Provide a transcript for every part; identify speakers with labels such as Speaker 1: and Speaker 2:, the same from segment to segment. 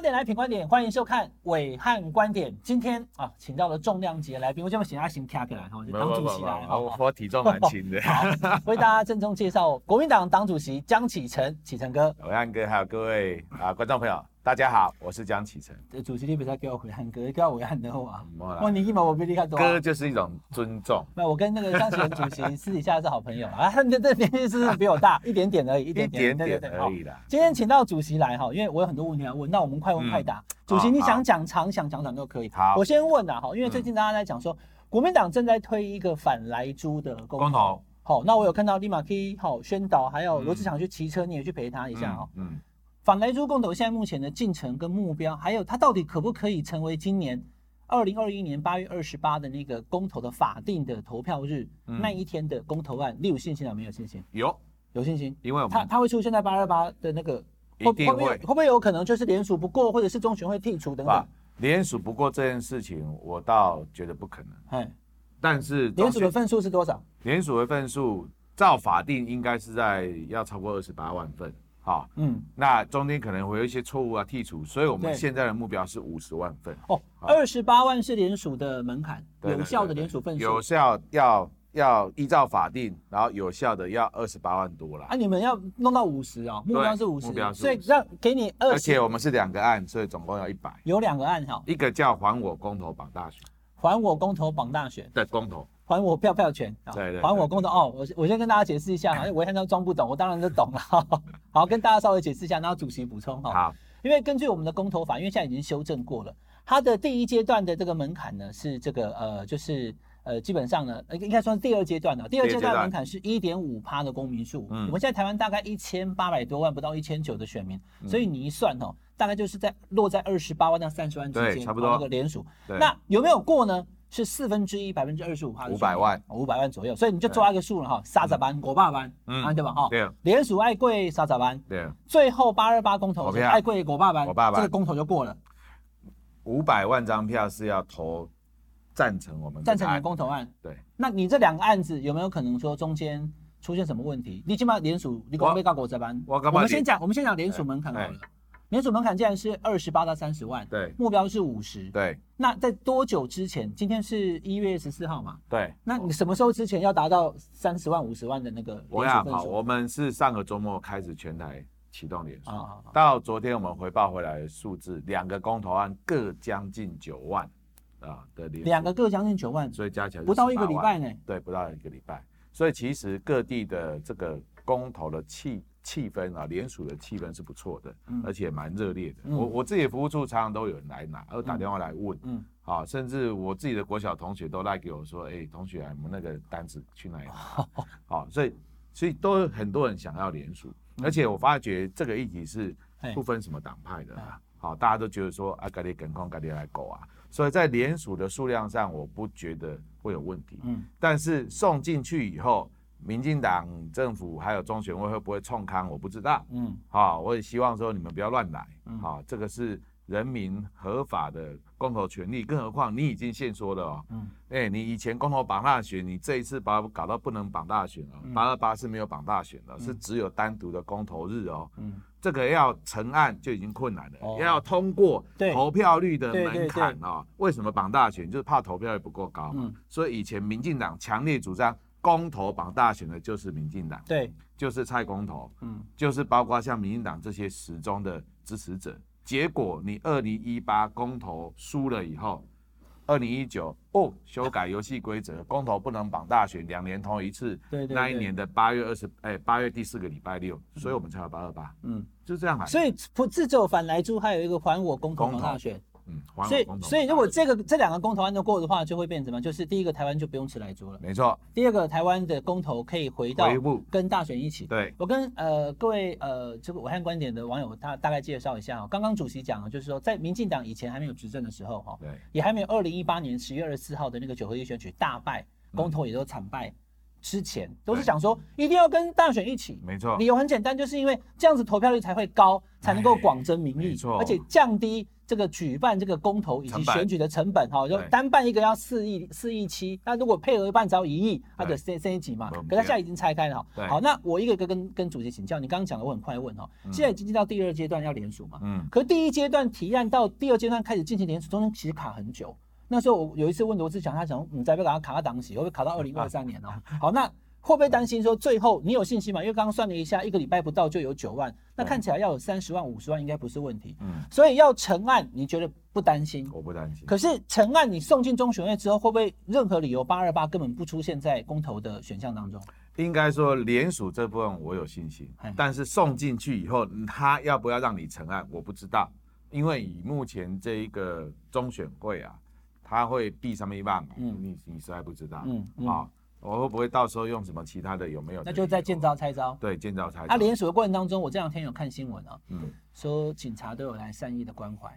Speaker 1: 点来品观点，欢迎收看伟汉观点。今天啊，请到了重量级的来宾，我这么请他行 K 起来哈，就党主席来
Speaker 2: 好，我我体重蛮轻的。
Speaker 1: 好，为大家郑重介绍国民党党主席江启臣，启臣哥。
Speaker 2: 伟汉哥还有各位啊观众朋友，大家好，我是江启臣。
Speaker 1: 主席你别再叫我伟汉哥，叫我伟汉的话，
Speaker 2: 没啦
Speaker 1: 哇，你一毛我比你看多。
Speaker 2: 哥就是一种尊重，
Speaker 1: 那我跟那个张启仁主席私底下是好朋友啊，他这这年纪是比我大一点点而已，一
Speaker 2: 一
Speaker 1: 点点，
Speaker 2: 点
Speaker 1: 对
Speaker 2: 点
Speaker 1: 对对
Speaker 2: 而已啦。
Speaker 1: 今天请到主席来哈，因为我有很多问题要问，那我们快问快答。主席，
Speaker 2: 好
Speaker 1: 你想讲长，想讲短都可以。
Speaker 2: 嗯好
Speaker 1: 我先问啊哈，因为最近大家在讲说，国民党正在推一个反莱猪的公
Speaker 2: 公
Speaker 1: 投。
Speaker 2: 投
Speaker 1: 好，那我有看到立马 K 好宣导，还有罗志
Speaker 2: 嗯
Speaker 1: 祥去骑车，你也去陪他一下哦。
Speaker 2: 嗯，嗯
Speaker 1: 反莱猪公投现在目前的进程跟目标，还有它到底可不可以成为今年二零二一年八月二十八的那个公投的法定的投票日、
Speaker 2: 嗯
Speaker 1: 那一天的公投案，你有信心啊？没有信心？
Speaker 2: 有，
Speaker 1: 有信心？
Speaker 2: 因为我
Speaker 1: 它
Speaker 2: 们
Speaker 1: 它会出现在八二八的那个，
Speaker 2: 一
Speaker 1: 会
Speaker 2: 定
Speaker 1: 会不会
Speaker 2: 会
Speaker 1: 会不会有可能就是联署不过，或者是中选会剔除等
Speaker 2: 啊
Speaker 1: 等？
Speaker 2: 联署不过这件事情，我倒觉得不可能。
Speaker 1: 哎，
Speaker 2: 但是
Speaker 1: 联署的份数是多少？
Speaker 2: 联署的份数，照法定应该是在要超过二十八万份，好、
Speaker 1: 嗯，
Speaker 2: 那中间可能会有一些错误啊剔除，所以我们
Speaker 1: 对
Speaker 2: 现在的目标是五十万份。
Speaker 1: 哦，
Speaker 2: 好
Speaker 1: 二十八万是联署的门槛，
Speaker 2: 啊对
Speaker 1: 有
Speaker 2: 对
Speaker 1: 效的
Speaker 2: 对对
Speaker 1: 联署份
Speaker 2: 有
Speaker 1: 数。
Speaker 2: 效要要依照法定，然后有效的要二十八万多啦
Speaker 1: 啊，。你们要弄到五十哦，目标是五
Speaker 2: 目标
Speaker 1: 十，
Speaker 2: 是
Speaker 1: 所以
Speaker 2: 50
Speaker 1: 让给你二
Speaker 2: 而
Speaker 1: 十
Speaker 2: 且，我们是两个案，所以总共要一百，
Speaker 1: 有两个案哈，
Speaker 2: 一个叫还我公投榜大选
Speaker 1: 还我公投榜大选。
Speaker 2: 的公投，
Speaker 1: 还我票票权啊！
Speaker 2: 对对对
Speaker 1: 还我公投哦！我我先跟大家解释一 下哈，因为我现在装不懂，我当然是懂了。 好，跟大家稍微解释一下，然后主席补充哈。
Speaker 2: 好，
Speaker 1: 因为根据我们的公投法，因为现在已经修正过了，它的第一阶段的这个门槛呢是这个呃，就是呃，基本上呢，呃应该算是第二阶段了。第二阶
Speaker 2: 第二
Speaker 1: 段
Speaker 2: 阶段
Speaker 1: 门槛是一点五趴的公民数，
Speaker 2: 嗯
Speaker 1: 我们现在台湾大概一千八百多万，不到一千九的选民，
Speaker 2: 嗯
Speaker 1: 所以你一算哦，大概就是在落在二十八万到三十万之
Speaker 2: 对
Speaker 1: 间，
Speaker 2: 差不多
Speaker 1: 那个联署。
Speaker 2: 对，
Speaker 1: 那有没有过呢？是四分之一，百分之二十五，
Speaker 2: 500万，
Speaker 1: 五百万左右，所以你就抓一个数了哈，三十班、五百万，
Speaker 2: 嗯
Speaker 1: 嗯，对吧？哈，
Speaker 2: 对
Speaker 1: 联署爱贵三十班，
Speaker 2: 对，
Speaker 1: 最后八二八公投
Speaker 2: 投
Speaker 1: 是
Speaker 2: 票
Speaker 1: 爱贵五百万，
Speaker 2: 500万
Speaker 1: 这个公投就过了，
Speaker 2: 五百万张票是要投赞成我们这
Speaker 1: 赞
Speaker 2: 个
Speaker 1: 成你的
Speaker 2: 案，
Speaker 1: 公投案。
Speaker 2: 对，
Speaker 1: 那你这两个案子有没有可能说中间出现什么问题？你起码联署，你给我
Speaker 2: 我
Speaker 1: 被告国这班，
Speaker 2: 我干嘛
Speaker 1: 们
Speaker 2: 你
Speaker 1: 先讲，我们先讲联署门槛好
Speaker 2: 哎
Speaker 1: 了。联署门槛既然是二十八到三十万，
Speaker 2: 对
Speaker 1: 目标是五十，
Speaker 2: 对
Speaker 1: 那在多久之前？今天是一月十四号嘛？
Speaker 2: 对，
Speaker 1: 那你什么时候之前要达到三十万、五十万的那个
Speaker 2: 我
Speaker 1: 联
Speaker 2: 呀
Speaker 1: 署份
Speaker 2: 好，
Speaker 1: 数？
Speaker 2: 我们是上个周末开始全台启动联署
Speaker 1: 啊，啊啊
Speaker 2: 到昨天我们回报回来的数字，两个公投案各将近九万啊的联署，
Speaker 1: 两个各将近九万，
Speaker 2: 所以加起来是
Speaker 1: 不到一个礼
Speaker 2: 18万
Speaker 1: 拜呢。
Speaker 2: 对，不到一个礼拜。所以其实各地的这个公投的气气氛啊，联署的气氛是不错的，
Speaker 1: 嗯
Speaker 2: 而且蛮热烈的。
Speaker 1: 嗯
Speaker 2: 我我自己的服务处常常都有人来拿，而打电话来问，
Speaker 1: 嗯，
Speaker 2: 啊，甚至我自己的国小同学都赖给我说，哎、同学啊，我们那个单子去哪里拿？
Speaker 1: 哦
Speaker 2: 好、所以所以都有很多人想要联署，
Speaker 1: 嗯
Speaker 2: 而且我发觉这个议题是
Speaker 1: 哎
Speaker 2: 不分什么党派的啊，
Speaker 1: 嗯
Speaker 2: 好、大家都觉得说啊，咖喱梗空，咖喱来狗啊，所以在联署的数量上，我不觉得会有问题。
Speaker 1: 嗯，
Speaker 2: 但是送进去以后，民进党政府还有中选会会不会冲康，我不知道。
Speaker 1: 嗯
Speaker 2: 啊，我也希望说你们不要乱来
Speaker 1: 嗯。
Speaker 2: 啊，这个是人民合法的公投权利，更何况你已经限缩了哦。
Speaker 1: 嗯
Speaker 2: 哎、你以前公投绑大选，你这一次把我搞到不能绑大选了、
Speaker 1: 嗯
Speaker 2: 八二八是没有绑大选的，是只有单独的公投日哦。
Speaker 1: 嗯，
Speaker 2: 这个要成案就已经困难了，
Speaker 1: 哦
Speaker 2: 要通过
Speaker 1: 对
Speaker 2: 投票率的
Speaker 1: 对对
Speaker 2: 门槛哦。为什么绑大选？就是怕投票率不够高嘛。
Speaker 1: 嗯
Speaker 2: 所以以前民进党强烈主张公投绑大选的就是民进党，
Speaker 1: 对，
Speaker 2: 就是蔡公投，
Speaker 1: 嗯
Speaker 2: 就是包括像民进党这些时钟的支持者。结果你二零一八公投输了以后，二零一九哦修改游戏规则，公投不能绑大选，两年投一次。
Speaker 1: 对对对
Speaker 2: 那一年的八月二十，哎，八月第四个礼拜六，所以我们才有八二八，
Speaker 1: 嗯，
Speaker 2: 就这样来。
Speaker 1: 所以不自走反来猪，还有一个还我公投
Speaker 2: 公投
Speaker 1: 大选，
Speaker 2: 嗯，还
Speaker 1: 所
Speaker 2: 我
Speaker 1: 以
Speaker 2: 公投
Speaker 1: 所以如果这个这两个公投案都过的话，就会变成什么？就是第一个台湾就不用吃来猪了，
Speaker 2: 没错，
Speaker 1: 第二个台湾的公投可以回到
Speaker 2: 回复
Speaker 1: 跟大选一起。
Speaker 2: 对，
Speaker 1: 我跟呃各位呃这个我看观点的网友，他大概介绍一下哦。刚刚主席讲了，就是说在民进党以前还没有执政的时候，哈，哦
Speaker 2: 对，
Speaker 1: 也还没有二零一八年十月二十四号的那个九合一选举大败，公投也都惨败之前，都
Speaker 2: 嗯
Speaker 1: 是想说一定要跟大选一起。
Speaker 2: 没错
Speaker 1: 理，由很简单，就是因为这样子投票率才会高，才能够广征民
Speaker 2: 哎没
Speaker 1: 意，
Speaker 2: 错
Speaker 1: 而且降低这个举办这个公投以及
Speaker 2: 成本
Speaker 1: 选举的成本哈，就
Speaker 2: 对
Speaker 1: 单办一个要四亿四亿七，那如果配额办只要一亿，啊它
Speaker 2: 对
Speaker 1: 的升升一级嘛
Speaker 2: 没问。
Speaker 1: 可
Speaker 2: 题
Speaker 1: 它现在已经拆开了
Speaker 2: 对
Speaker 1: 哈。好，那我一个一个跟跟主席请教，你刚刚讲的我很快问哈，现在已经进到第二阶段要联署嘛？
Speaker 2: 嗯，
Speaker 1: 可第一阶段提案到第二阶段开始进行联署，中间其实卡很久。那时候我有一次问罗志祥，他想嗯你再不给他卡到档期，会不会卡到二零二三年哦？好，那会不会担心说最后你有信心吗？因为刚刚算了一下，一个礼拜不到就有九万，那
Speaker 2: 对
Speaker 1: 看起来要有三十万、五十万应该不是问题。
Speaker 2: 嗯
Speaker 1: 所以要成案，你觉得不担心？
Speaker 2: 我不担心。
Speaker 1: 可是成案你送进中选会之后，会不会任何理由八二八根本不出现在公投的选项当中？
Speaker 2: 应该说联署这部分我有信心
Speaker 1: 哎，
Speaker 2: 但是送进去以后，他要不要让你成案，我不知道，因为以目前这一个中选会啊，他会避什么一棒，
Speaker 1: 嗯
Speaker 2: 你你实在不知道，
Speaker 1: 嗯嗯
Speaker 2: 啊，我会不会到时候用什么其他的有没有？
Speaker 1: 那就在见招，拆招。
Speaker 2: 对，建造才
Speaker 1: 啊，联署的过程当中，我这两天有看新闻啊，
Speaker 2: 嗯
Speaker 1: 说警察都有来善意的关怀。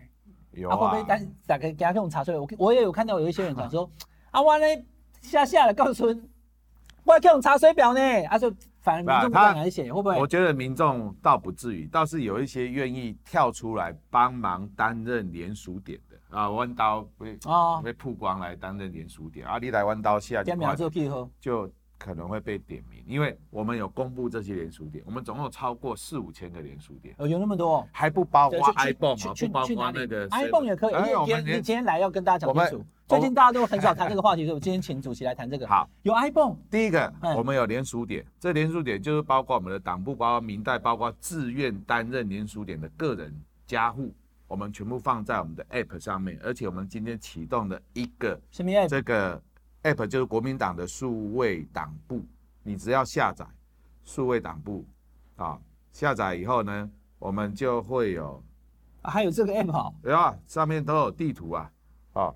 Speaker 2: 有
Speaker 1: 啊，会不
Speaker 2: 啊
Speaker 1: 会，打打给给他用查出来？我我也有看到有一些人讲说，啊，我呢下下来告诉你，我用查水表呢，啊，就反而民众不敢来写，会不
Speaker 2: 我
Speaker 1: 会？
Speaker 2: 觉得民众倒不至于，倒是有一些愿意跳出来帮忙担任联署点的啊，弯刀被
Speaker 1: 哦，
Speaker 2: 被曝光来担任联署点啊，你来弯刀下
Speaker 1: 点
Speaker 2: 就
Speaker 1: 秒做屁后，
Speaker 2: 就可能会被点名，因为我们有公布这些联署点，我们总共超过四五千个联署点，
Speaker 1: 哦，有那么多。
Speaker 2: 还不包
Speaker 1: 对
Speaker 2: 括
Speaker 1: 去
Speaker 2: iPhone
Speaker 1: 去
Speaker 2: 啊，
Speaker 1: 去
Speaker 2: 不包
Speaker 1: 去
Speaker 2: 括
Speaker 1: 哪里
Speaker 2: 那个
Speaker 1: iPhone 也可以，因
Speaker 2: 哎
Speaker 1: 为
Speaker 2: 我
Speaker 1: 今天
Speaker 2: 们
Speaker 1: 你
Speaker 2: 连
Speaker 1: 今天来要跟大家讲清
Speaker 2: 我
Speaker 1: 楚
Speaker 2: 们。
Speaker 1: 最近大家都很少谈这个话题，所以我今天请主席来谈这个。
Speaker 2: 好，
Speaker 1: 有 iPhone，
Speaker 2: 第一个
Speaker 1: 嗯
Speaker 2: 我们有联署点，这联署点就是包括我们的党部、包括民代、包括自愿担任联署点的个人家户，我们全部放在我们的 App 上面，而且我们今天启动的一个
Speaker 1: 什么 app？
Speaker 2: 这个 app 就是国民党的数位党部，你只要下载数位党部啊，下载以后呢，我们就会有，
Speaker 1: 啊还有这个 app 哦，
Speaker 2: 哎呀，上面都有地图啊，啊，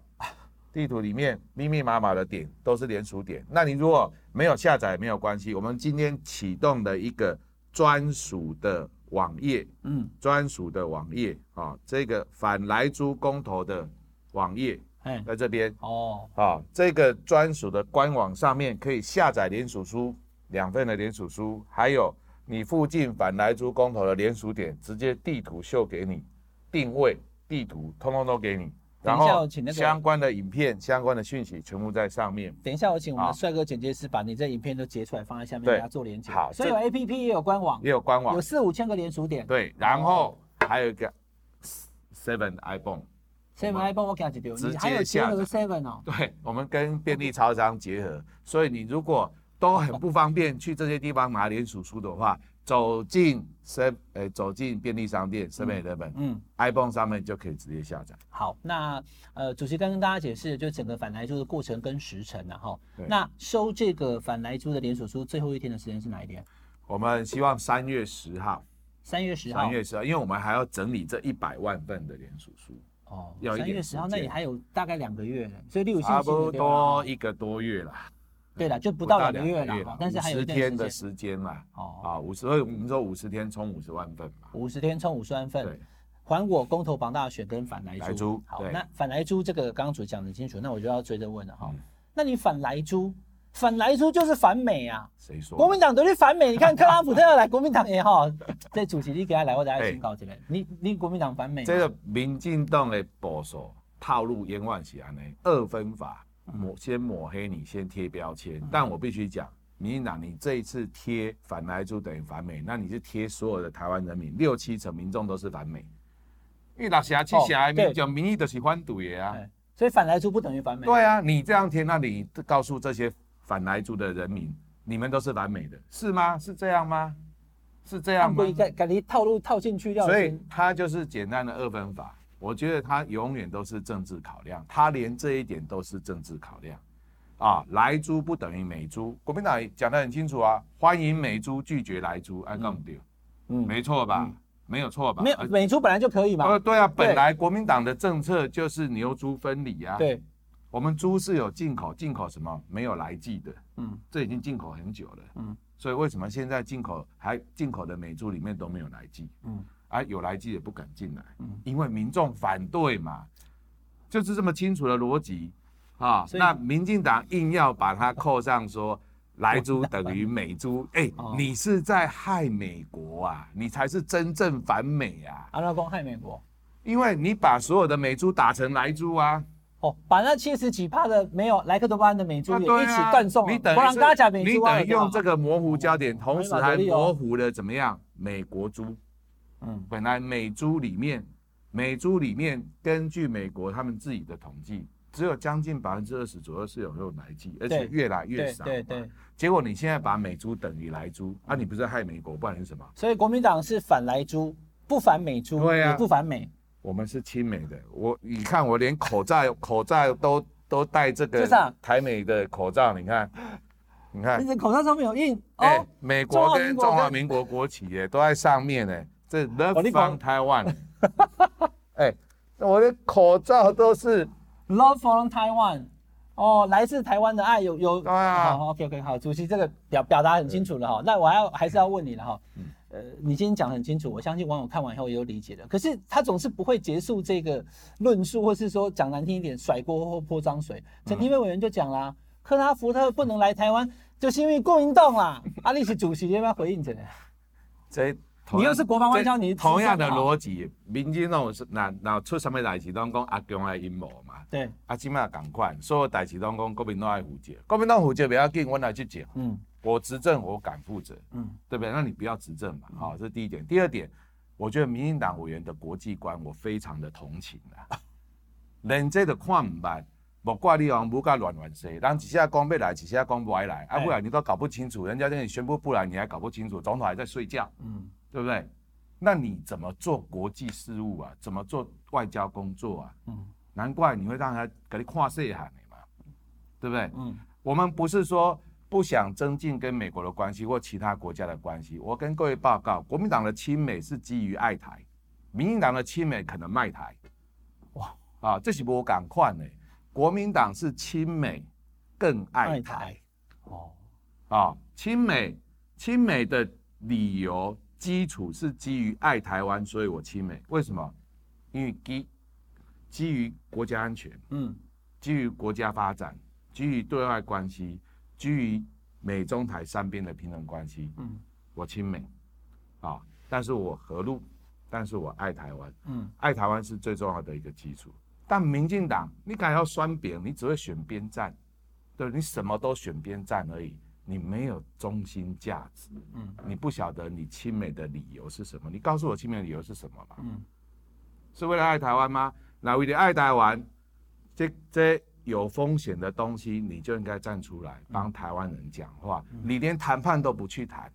Speaker 2: 地图里面密密麻麻的点都是联署点。那你如果没有下载没有关系，我们今天启动的一个专属的网页，
Speaker 1: 嗯，
Speaker 2: 专属的网页啊，这个反莱猪公投的网页
Speaker 1: 哎，
Speaker 2: 在这边。
Speaker 1: 哦，
Speaker 2: 啊，这个专属的官网上面可以下载联署书两份的联署书，还有你附近反来猪公投的联署点，直接地图秀给你，定位地图通通都给你，
Speaker 1: 等
Speaker 2: 然
Speaker 1: 一下
Speaker 2: 后
Speaker 1: 我请那个
Speaker 2: 相关的影片、相关的讯息全部在上面。
Speaker 1: 等一下，我请我们
Speaker 2: 好
Speaker 1: 的帅哥剪接师把你这影片都截出来，放在下面
Speaker 2: 对
Speaker 1: 给大家做连接。
Speaker 2: 好
Speaker 1: 所以有
Speaker 2: 这
Speaker 1: APP 也有官网，
Speaker 2: 也有官网
Speaker 1: 有，四五千个联署点。
Speaker 2: 对，然后还有一个 Seven iPhone，
Speaker 1: Seven
Speaker 2: 我
Speaker 1: i 帮我给他几丢，
Speaker 2: 直
Speaker 1: 你还有
Speaker 2: 接
Speaker 1: 接
Speaker 2: 下
Speaker 1: 那个
Speaker 2: 载
Speaker 1: Seven 哦。
Speaker 2: 对，我们跟便利超商结合，所以你如果都很不方便去这些地方拿联署书的话，走进 s 呃走进便利商店 Seven Eleven、
Speaker 1: 嗯，
Speaker 2: iPhone 上面就可以直接下载。
Speaker 1: 好，那呃，主席刚跟大家解释，就整个反莱猪的过程跟时程然后
Speaker 2: 对
Speaker 1: 那收这个反莱猪的联署书最后一天的时间是哪一天？
Speaker 2: 我们希望三月十号，
Speaker 1: 三月十号。
Speaker 2: 三月十号，因为我们还要整理这一百万份的联署书，
Speaker 1: 哦，
Speaker 2: 有一
Speaker 1: 三
Speaker 2: 点
Speaker 1: 月十号，
Speaker 2: 时
Speaker 1: 那
Speaker 2: 间
Speaker 1: 也还有大概两个月，所以例如星
Speaker 2: 差
Speaker 1: 期
Speaker 2: 不
Speaker 1: 五
Speaker 2: 多一个多月啦，
Speaker 1: 对了，就不到两个
Speaker 2: 个
Speaker 1: 月
Speaker 2: 月
Speaker 1: 了，但是还有
Speaker 2: 十
Speaker 1: 一段时
Speaker 2: 天
Speaker 1: 间
Speaker 2: 的。时间啦。
Speaker 1: 哦，
Speaker 2: 啊，五十，所以我们说五十天充五十万份嘛。
Speaker 1: 五十天充五十万份，
Speaker 2: 对，
Speaker 1: 还我公投榜大选跟反莱
Speaker 2: 莱
Speaker 1: 猪
Speaker 2: 猪
Speaker 1: 好，
Speaker 2: 对
Speaker 1: 那反莱猪这个刚刚主席讲的清楚，那我就要追着问了哈。
Speaker 2: 嗯
Speaker 1: 那你反莱猪，反莱猪就是反美啊。
Speaker 2: 谁说？
Speaker 1: 国民党都去反美，你看特朗普都要来，国民党也 好，这主席你给他来，我等下请搞这个。你你国民党反美吗，
Speaker 2: 哎这个民进党的保守套路冤枉是安尼，二分法
Speaker 1: 嗯
Speaker 2: 抹先抹黑你，先贴标签。但我必须讲，民进党你这一次贴反来猪等于反美，那你是贴所有的台湾人民六七成民众都是反美，因为六成七成的民众民意都是反对的啊。
Speaker 1: 哦哎所以反来猪不等于反美。
Speaker 2: 对啊，你这样贴，那你告诉这些反来猪的人民，你们都是反美的，是吗？是这样吗？是这样
Speaker 1: 按
Speaker 2: 吗
Speaker 1: 规，？给给你套路套进去掉。
Speaker 2: 所以他就是简单的二分法。我觉得他永远都是政治考量，他连这一点都是政治考量。啊，来猪不等于美猪，国民党也讲得很清楚啊，欢迎美猪，拒绝来猪，按杠丢，
Speaker 1: 嗯，
Speaker 2: 没错吧？没有错吧？
Speaker 1: 没有
Speaker 2: 呃
Speaker 1: 美猪本来就可以嘛
Speaker 2: 呃，。对啊，本来国民党的政策就是牛猪分离啊。，
Speaker 1: 对，
Speaker 2: 我们猪是有进口，进口什么？没有来记的，
Speaker 1: 嗯，
Speaker 2: 这已经进口很久了。
Speaker 1: 嗯
Speaker 2: 嗯，所以为什么现在进口还进口的美猪里面都没有来记？
Speaker 1: 嗯
Speaker 2: 嗯，啊，有来记也不敢进来，
Speaker 1: 嗯
Speaker 2: 因为民众反对嘛，就是这么清楚的逻辑啊。
Speaker 1: 所以
Speaker 2: 那民进党硬要把它扣上说。来猪等于美猪，哎、
Speaker 1: 哦
Speaker 2: 你是在害美国啊！你才是真正反美啊！
Speaker 1: 阿拉公害美国，
Speaker 2: 因为你把所有的美猪打成莱猪啊，
Speaker 1: 哦，把那七十几趴的没有莱克多巴胺的美猪
Speaker 2: 啊
Speaker 1: 也
Speaker 2: 对
Speaker 1: 一起
Speaker 2: 啊
Speaker 1: 断送了，
Speaker 2: 你等
Speaker 1: 不
Speaker 2: 于
Speaker 1: 然
Speaker 2: 是
Speaker 1: 大家美
Speaker 2: 你
Speaker 1: 猪啊
Speaker 2: 等于用这
Speaker 1: 个，
Speaker 2: 个模糊焦点，同时还
Speaker 1: 没法得利哦
Speaker 2: 模糊了怎么样？美国猪
Speaker 1: 嗯
Speaker 2: 本来美猪里面，美猪里面根据美国他们自己的统计，只有将近百分之二十左右是有用来剂，而且
Speaker 1: 对
Speaker 2: 越来越
Speaker 1: 对
Speaker 2: 少。
Speaker 1: 对对。，
Speaker 2: 结果你现在把美猪等于来猪，啊，你不是害美国，不然是什么？
Speaker 1: 所以国民党是反莱猪，不反美猪，
Speaker 2: 对啊
Speaker 1: 也不反美，
Speaker 2: 我们是亲美的，我你看我连口罩口罩都都戴这
Speaker 1: 就
Speaker 2: 个
Speaker 1: 是啊
Speaker 2: 台美的口罩，你看，你看
Speaker 1: 你，的口罩上面有印
Speaker 2: 哎、
Speaker 1: 哦，
Speaker 2: 美
Speaker 1: 中
Speaker 2: 国
Speaker 1: 华
Speaker 2: 跟
Speaker 1: 民国
Speaker 2: 中华
Speaker 1: 跟哦
Speaker 2: 民国国旗耶都在上面呢，这 Love
Speaker 1: 你讲
Speaker 2: from Taiwan，哎、我的口罩都是
Speaker 1: Love from Taiwan，哦，来自台湾的爱有有，
Speaker 2: 对啊嗯
Speaker 1: 好 OK OK 好，主席这个表表达很清楚了哈。那我还要还是要问你了哈，呃，你今天讲得很清楚，我相信网友看完以后也有理解的。可是他总是不会结束这个论述，或是说讲难听一点，甩锅或泼脏水。
Speaker 2: 嗯
Speaker 1: 陈廷威委员就讲啦，克拉福特不能来台湾，就是因为国民党啊啦。阿力是主席要不要回应这个？
Speaker 2: 这。
Speaker 1: 你又是国防外交
Speaker 2: 这
Speaker 1: 你是
Speaker 2: 同样的
Speaker 1: 智商啊
Speaker 2: 逻辑，民进党是那那出什么代志，拢讲阿强来阴谋嘛。
Speaker 1: 对，
Speaker 2: 啊，即摆共款，所有代志拢讲国民党爱负责，国民党负责不要紧，阮来去讲。
Speaker 1: 嗯
Speaker 2: 我执政我敢负责，
Speaker 1: 嗯，
Speaker 2: 对不对？那你不要执政嘛，好、这是第一点。第二点，我觉得民进党委员的国际观我非常的同情 啊，人这都看唔捌，莫怪你哦王不甲乱乱说，人一下讲要来，一下讲不爱来，啊，
Speaker 1: 哎
Speaker 2: 不然你都搞不清楚，人家叫你宣布不来，你还搞不清楚，总统还在睡觉，
Speaker 1: 嗯
Speaker 2: 对不对？那你怎么做国际事务啊？怎么做外交工作啊？
Speaker 1: 嗯
Speaker 2: 难怪你会让他给你跨细喊的嘛，对不对？
Speaker 1: 嗯
Speaker 2: 我们不是说不想增进跟美国的关系或其他国家的关系。我跟各位报告，国民党的亲美是基于爱台，民进党的亲美可能卖台。哇啊，这是我赶快呢。国民党是亲美更爱
Speaker 1: 爱
Speaker 2: 台
Speaker 1: 台，哦，
Speaker 2: 啊，亲美亲美的理由基础是基于爱台湾，所以我亲美。为什么？因为基基于国家安全。
Speaker 1: 嗯
Speaker 2: 基于国家发展，基于对外关系，基于美中台三边的平衡关系，
Speaker 1: 嗯
Speaker 2: 我亲美，啊，但是我和陆，但是我爱台湾，
Speaker 1: 嗯
Speaker 2: 爱台湾是最重要的一个基础。但民进党，你敢要酸扁，你只会选边站，对，你什么都选边站而已，你没有中心价值，
Speaker 1: 嗯
Speaker 2: 你不晓得你亲美的理由是什么，你告诉我亲美的理由是什么嘛？
Speaker 1: 嗯，
Speaker 2: 是为了爱台湾吗？那为了爱台湾，这这有风险的东西，你就应该站出来
Speaker 1: 嗯
Speaker 2: 帮台湾人讲话。你连谈判都不去谈，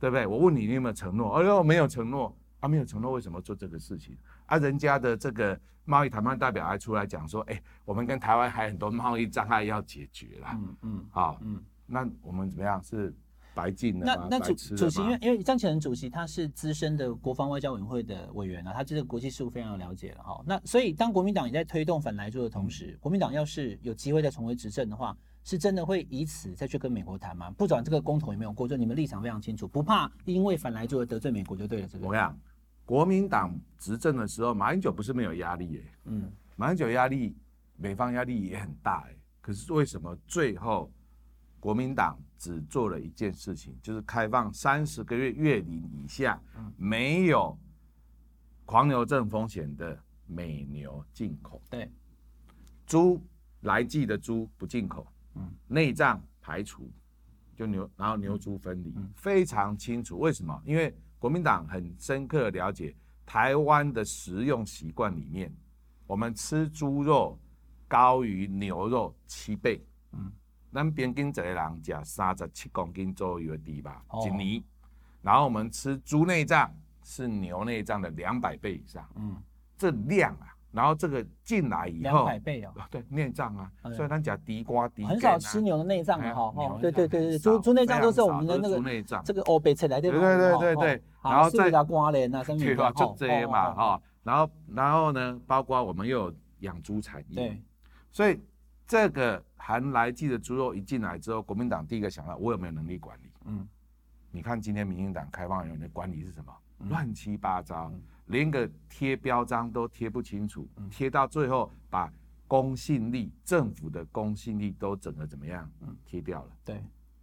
Speaker 2: 对不对？我问你，你有没有承诺？哎呦，没有承诺啊，没有承诺，为什么做这个事情？啊，人家的这个贸易谈判代表还出来讲说，哎，我们跟台湾还很多贸易障碍要解决啦。
Speaker 1: 嗯嗯
Speaker 2: 好、
Speaker 1: 嗯。
Speaker 2: 那我们怎么样？是白进了
Speaker 1: 那
Speaker 2: 吗？
Speaker 1: 那主
Speaker 2: 白吃了
Speaker 1: 主席，
Speaker 2: 吗
Speaker 1: 因为因为张启仁主席他是资深的国防外交委员会的委员啊，他对这个国际事务非常了解了哈。那所以当国民党也在推动反莱猪的同时，
Speaker 2: 嗯
Speaker 1: 国民党要是有机会再重回执政的话，是真的会以此再去跟美国谈吗？不管这个公投有没有过，就你们立场非常清楚，不怕因为反莱猪而得罪美国就对了，这个
Speaker 2: 我跟你讲，国民党执政的时候，马英九不是没有压力耶、
Speaker 1: 嗯
Speaker 2: 马英九压力，美方压力也很大哎、可是为什么最后国民党只做了一件事情，就是开放三十个月月龄以下没有狂牛症风险的美牛进口？
Speaker 1: 对，
Speaker 2: 猪来记的猪不进口，
Speaker 1: 嗯
Speaker 2: 内脏排除，就牛，然后牛猪分离，
Speaker 1: 嗯
Speaker 2: 非常清楚。为什么？因为国民党很深刻地了解台湾的食用习惯里面，我们吃猪肉高于牛肉七倍。
Speaker 1: 嗯
Speaker 2: 嗯，咱平均一个人吃三十七公斤左右的猪吧，
Speaker 1: 哦
Speaker 2: 一年。然后我们吃猪内脏是牛内脏的两百倍以上，
Speaker 1: 嗯，
Speaker 2: 这量啊。然后这个进来以
Speaker 1: 两
Speaker 2: 后，
Speaker 1: 百倍哦，
Speaker 2: 啊，对，内脏啊
Speaker 1: 哎，呀
Speaker 2: 所以咱讲地瓜、地
Speaker 1: 很
Speaker 2: 根
Speaker 1: 少
Speaker 2: 啊
Speaker 1: 吃牛的内脏
Speaker 2: 哎
Speaker 1: 的
Speaker 2: 呀
Speaker 1: 哈。
Speaker 2: 牛
Speaker 1: 哦
Speaker 2: 内，
Speaker 1: 对对
Speaker 2: 脏
Speaker 1: 对对，
Speaker 2: 很少
Speaker 1: 猪猪内脏都是
Speaker 2: 非常
Speaker 1: 我们的
Speaker 2: 少
Speaker 1: 那
Speaker 2: 都是猪
Speaker 1: 个
Speaker 2: 内脏，
Speaker 1: 这个欧北菜来的
Speaker 2: 对
Speaker 1: 嘛，
Speaker 2: 对
Speaker 1: 哦
Speaker 2: 对对对
Speaker 1: 哦
Speaker 2: 然后
Speaker 1: 啊四
Speaker 2: 再
Speaker 1: 大瓜莲啊，三明
Speaker 2: 对
Speaker 1: 治啊
Speaker 2: 吧？就这些
Speaker 1: 哦哦
Speaker 2: 嘛，。
Speaker 1: 哦
Speaker 2: 哈。然后，然后呢，包括我们又有养猪产业，
Speaker 1: 对，
Speaker 2: 所以这个含来剂的猪肉一进来之后，国民党第一个想到我有没有能力管理？
Speaker 1: 嗯。
Speaker 2: 你看今天民进党开放人员的管理是什么？
Speaker 1: 嗯
Speaker 2: 乱七八糟
Speaker 1: 嗯，
Speaker 2: 连个贴标章都贴不清楚
Speaker 1: 嗯，
Speaker 2: 贴到最后把公信力、政府的公信力都整个怎么样
Speaker 1: 嗯？
Speaker 2: 贴掉了。
Speaker 1: 对，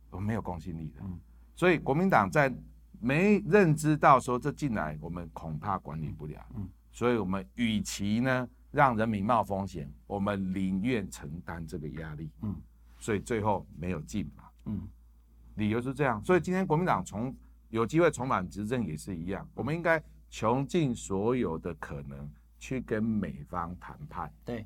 Speaker 2: 我们没有公信力的。
Speaker 1: 嗯
Speaker 2: 所以国民党在没认知到说这进来，我们恐怕管理不了。
Speaker 1: 嗯
Speaker 2: 所以我们与其呢让人民冒风险，我们宁愿承担这个压力。
Speaker 1: 嗯，
Speaker 2: 所以最后没有进嘛，
Speaker 1: 嗯，
Speaker 2: 理由是这样。所以今天国民党重有机会重返执政也是一样，我们应该穷尽所有的可能去跟美方谈判。
Speaker 1: 对。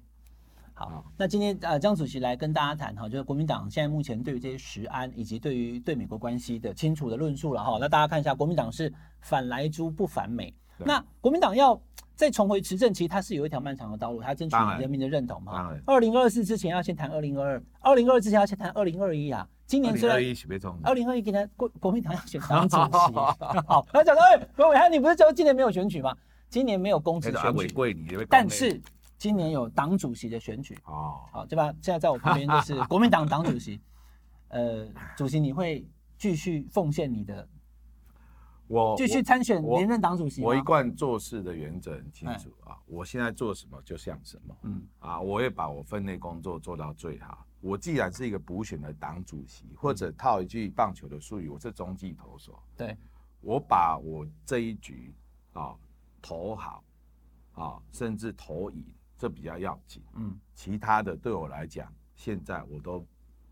Speaker 1: 好
Speaker 2: 好，
Speaker 1: 那今天呃，江主席来跟大家谈哈，就是国民党现在目前对于这些食安以及对于对美国关系的清楚的论述了哈。那大家看一下，国民党是反莱猪不反美。
Speaker 2: 对
Speaker 1: 那国民党要再重回执政，其实它是有一条漫长的道路，它争取
Speaker 2: 当然
Speaker 1: 人民的认同嘛
Speaker 2: 当然。
Speaker 1: 二零二四之前要先谈二零二二，二零二之前要先谈二零二一啊。今
Speaker 2: 二
Speaker 1: 年虽
Speaker 2: 零
Speaker 1: 然
Speaker 2: 二一别冲
Speaker 1: 二零二一给他国国民党要选党主席， 好，他讲说，哎、国伟汉，你不是说今年没有选举吗？今年没有公职
Speaker 2: 那个阿
Speaker 1: 选
Speaker 2: 伟
Speaker 1: 举，
Speaker 2: 贵你会讲的，
Speaker 1: 但是今年有党主席的选举，
Speaker 2: 哦，
Speaker 1: 好，对吧？现在在我旁边就是 国民党党主席，呃，主席你会继续奉献你的，
Speaker 2: 我
Speaker 1: 继
Speaker 2: 我
Speaker 1: 续参选
Speaker 2: 我
Speaker 1: 连任党主席吗
Speaker 2: 我一贯做事的原则很清楚啊，我现在做什么就像什么
Speaker 1: 嗯
Speaker 2: 啊，我会把我分内工作做到最好。我既然是一个补选的党主席，或者套一句棒球的术语，我是中继投手，
Speaker 1: 对，
Speaker 2: 我把我这一局啊投好啊，甚至投赢，这比较要紧。
Speaker 1: 嗯
Speaker 2: 其他的对我来讲，现在我都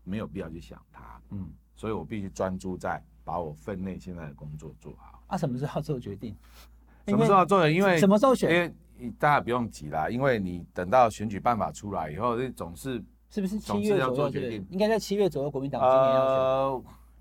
Speaker 2: 没有必要去想它，
Speaker 1: 嗯，
Speaker 2: 所以我必须专注在把我分内现在的工作做好。
Speaker 1: 啊，什么时候做决定？
Speaker 2: 什么时候做人？因为
Speaker 1: 哎什么时候
Speaker 2: 因
Speaker 1: 选？
Speaker 2: 为你大家不用急啦，因为你等到选举办法出来以后，这总是
Speaker 1: 是不是
Speaker 2: 总
Speaker 1: 七
Speaker 2: 是
Speaker 1: 月
Speaker 2: 要
Speaker 1: 左
Speaker 2: 做
Speaker 1: 右？
Speaker 2: 决
Speaker 1: 对不对
Speaker 2: 定呃
Speaker 1: 应该在七月左右，国民党今年要选。，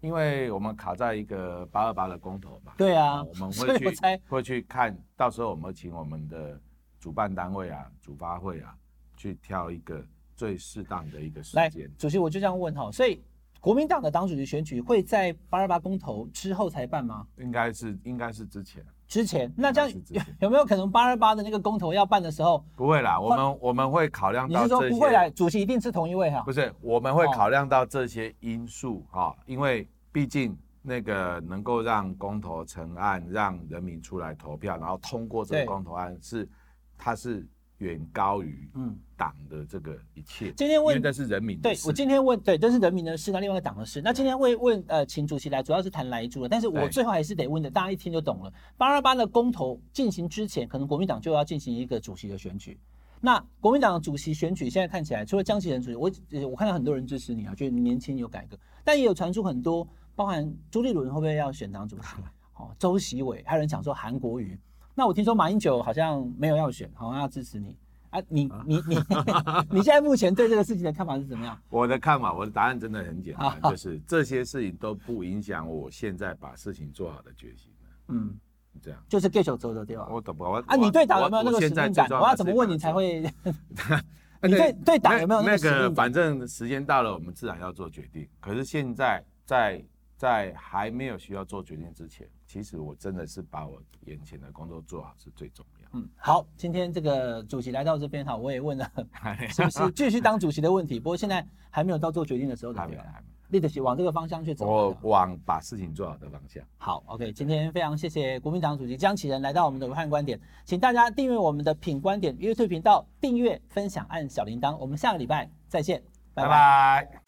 Speaker 2: 因为我们卡在一个八二八的公投嘛，
Speaker 1: 对啊
Speaker 2: 啊，我们
Speaker 1: 所
Speaker 2: 会
Speaker 1: 以我
Speaker 2: 去
Speaker 1: 猜
Speaker 2: 会去看，到时候我们请我们的主办单位啊、主发会啊，去挑一个最适当的一个时
Speaker 1: 来
Speaker 2: 间。，
Speaker 1: 主席，我就这样问哈，所以国民党的党主席选举会在八二八公投之后才办吗？
Speaker 2: 应该是应该是之前，
Speaker 1: 之前？那这样
Speaker 2: 应该是之
Speaker 1: 有
Speaker 2: 前
Speaker 1: 有没有可能八二八的那个公投要办的时候，
Speaker 2: 不会啦，我们我们会考量
Speaker 1: 你
Speaker 2: 到
Speaker 1: 是说
Speaker 2: 这
Speaker 1: 不会来？
Speaker 2: 些，
Speaker 1: 主席一定是同一位哈
Speaker 2: 不？是我们会
Speaker 1: 哦
Speaker 2: 考量到这些因素啊，因为毕竟那个能够让公投成案，让人民出来投票，然后通过这
Speaker 1: 对
Speaker 2: 个公投案是它是远高于
Speaker 1: 嗯，
Speaker 2: 党的这个一切，
Speaker 1: 今天
Speaker 2: 因为
Speaker 1: 问
Speaker 2: 那是人民的
Speaker 1: 对
Speaker 2: 事
Speaker 1: 我今天问对，这是人民的事，那另外一个党的事。那今天会问呃，请主席来，主要是谈来住了，但是我
Speaker 2: 对
Speaker 1: 最后还是得问的，大家一听就懂了。八二八的公投进行之前，可能国民党就要进行一个主席的选举。那国民党的主席选举现在看起来，除了江启臣主席，我呃我看到很多人支持你啊，觉得你年轻有改革，但也有传出很多，包含朱立伦会不会要选党主 席，哦，周习伟，还有人讲说韩国瑜。那我听说马英九好像没有要选，好像要支持你啊，你你你 你现在目前对这个事情的看法是怎么样？
Speaker 2: 我的看法，我的答案真的很简单，
Speaker 1: 好
Speaker 2: 就是这些事情都不影响我现在把事情做好的决心了
Speaker 1: 嗯，
Speaker 2: 这样，
Speaker 1: 就是 get 走的对吧？
Speaker 2: 我懂不？我
Speaker 1: 啊，你对党
Speaker 2: 我
Speaker 1: 有没有那个
Speaker 2: 我
Speaker 1: 使
Speaker 2: 现在
Speaker 1: 命
Speaker 2: 最
Speaker 1: 感？
Speaker 2: 重要
Speaker 1: 我要
Speaker 2: 的
Speaker 1: 怎么
Speaker 2: 是
Speaker 1: 问
Speaker 2: 把
Speaker 1: 你才
Speaker 2: 这
Speaker 1: 会？
Speaker 2: 那
Speaker 1: 你对对党有没有那
Speaker 2: 那
Speaker 1: 个使
Speaker 2: 个？
Speaker 1: 命感？
Speaker 2: 反正时间到了，我们自然要做决定。可是现在在在还没有需要做决定之前，其实我真的是把我眼前的工作做好是最重要。
Speaker 1: 嗯，好，今天这个主席来到这边哈，我也问了 是不是继续当主席的问题，不过现在还没有到做决定的时候，对
Speaker 2: 还
Speaker 1: 不
Speaker 2: 没
Speaker 1: 对
Speaker 2: 有，？还 没
Speaker 1: 立德是往这个方向去
Speaker 2: 有，
Speaker 1: 走
Speaker 2: 我
Speaker 1: 的。
Speaker 2: 往把事情做好的方向。
Speaker 1: 好，OK，今天非常谢谢国民党主席江启仁来到我们的武汉观点，请大家订阅我们的品观点 YouTube 频道，订阅、分享、按小铃铛，我们下个礼拜再见，拜拜
Speaker 2: 拜拜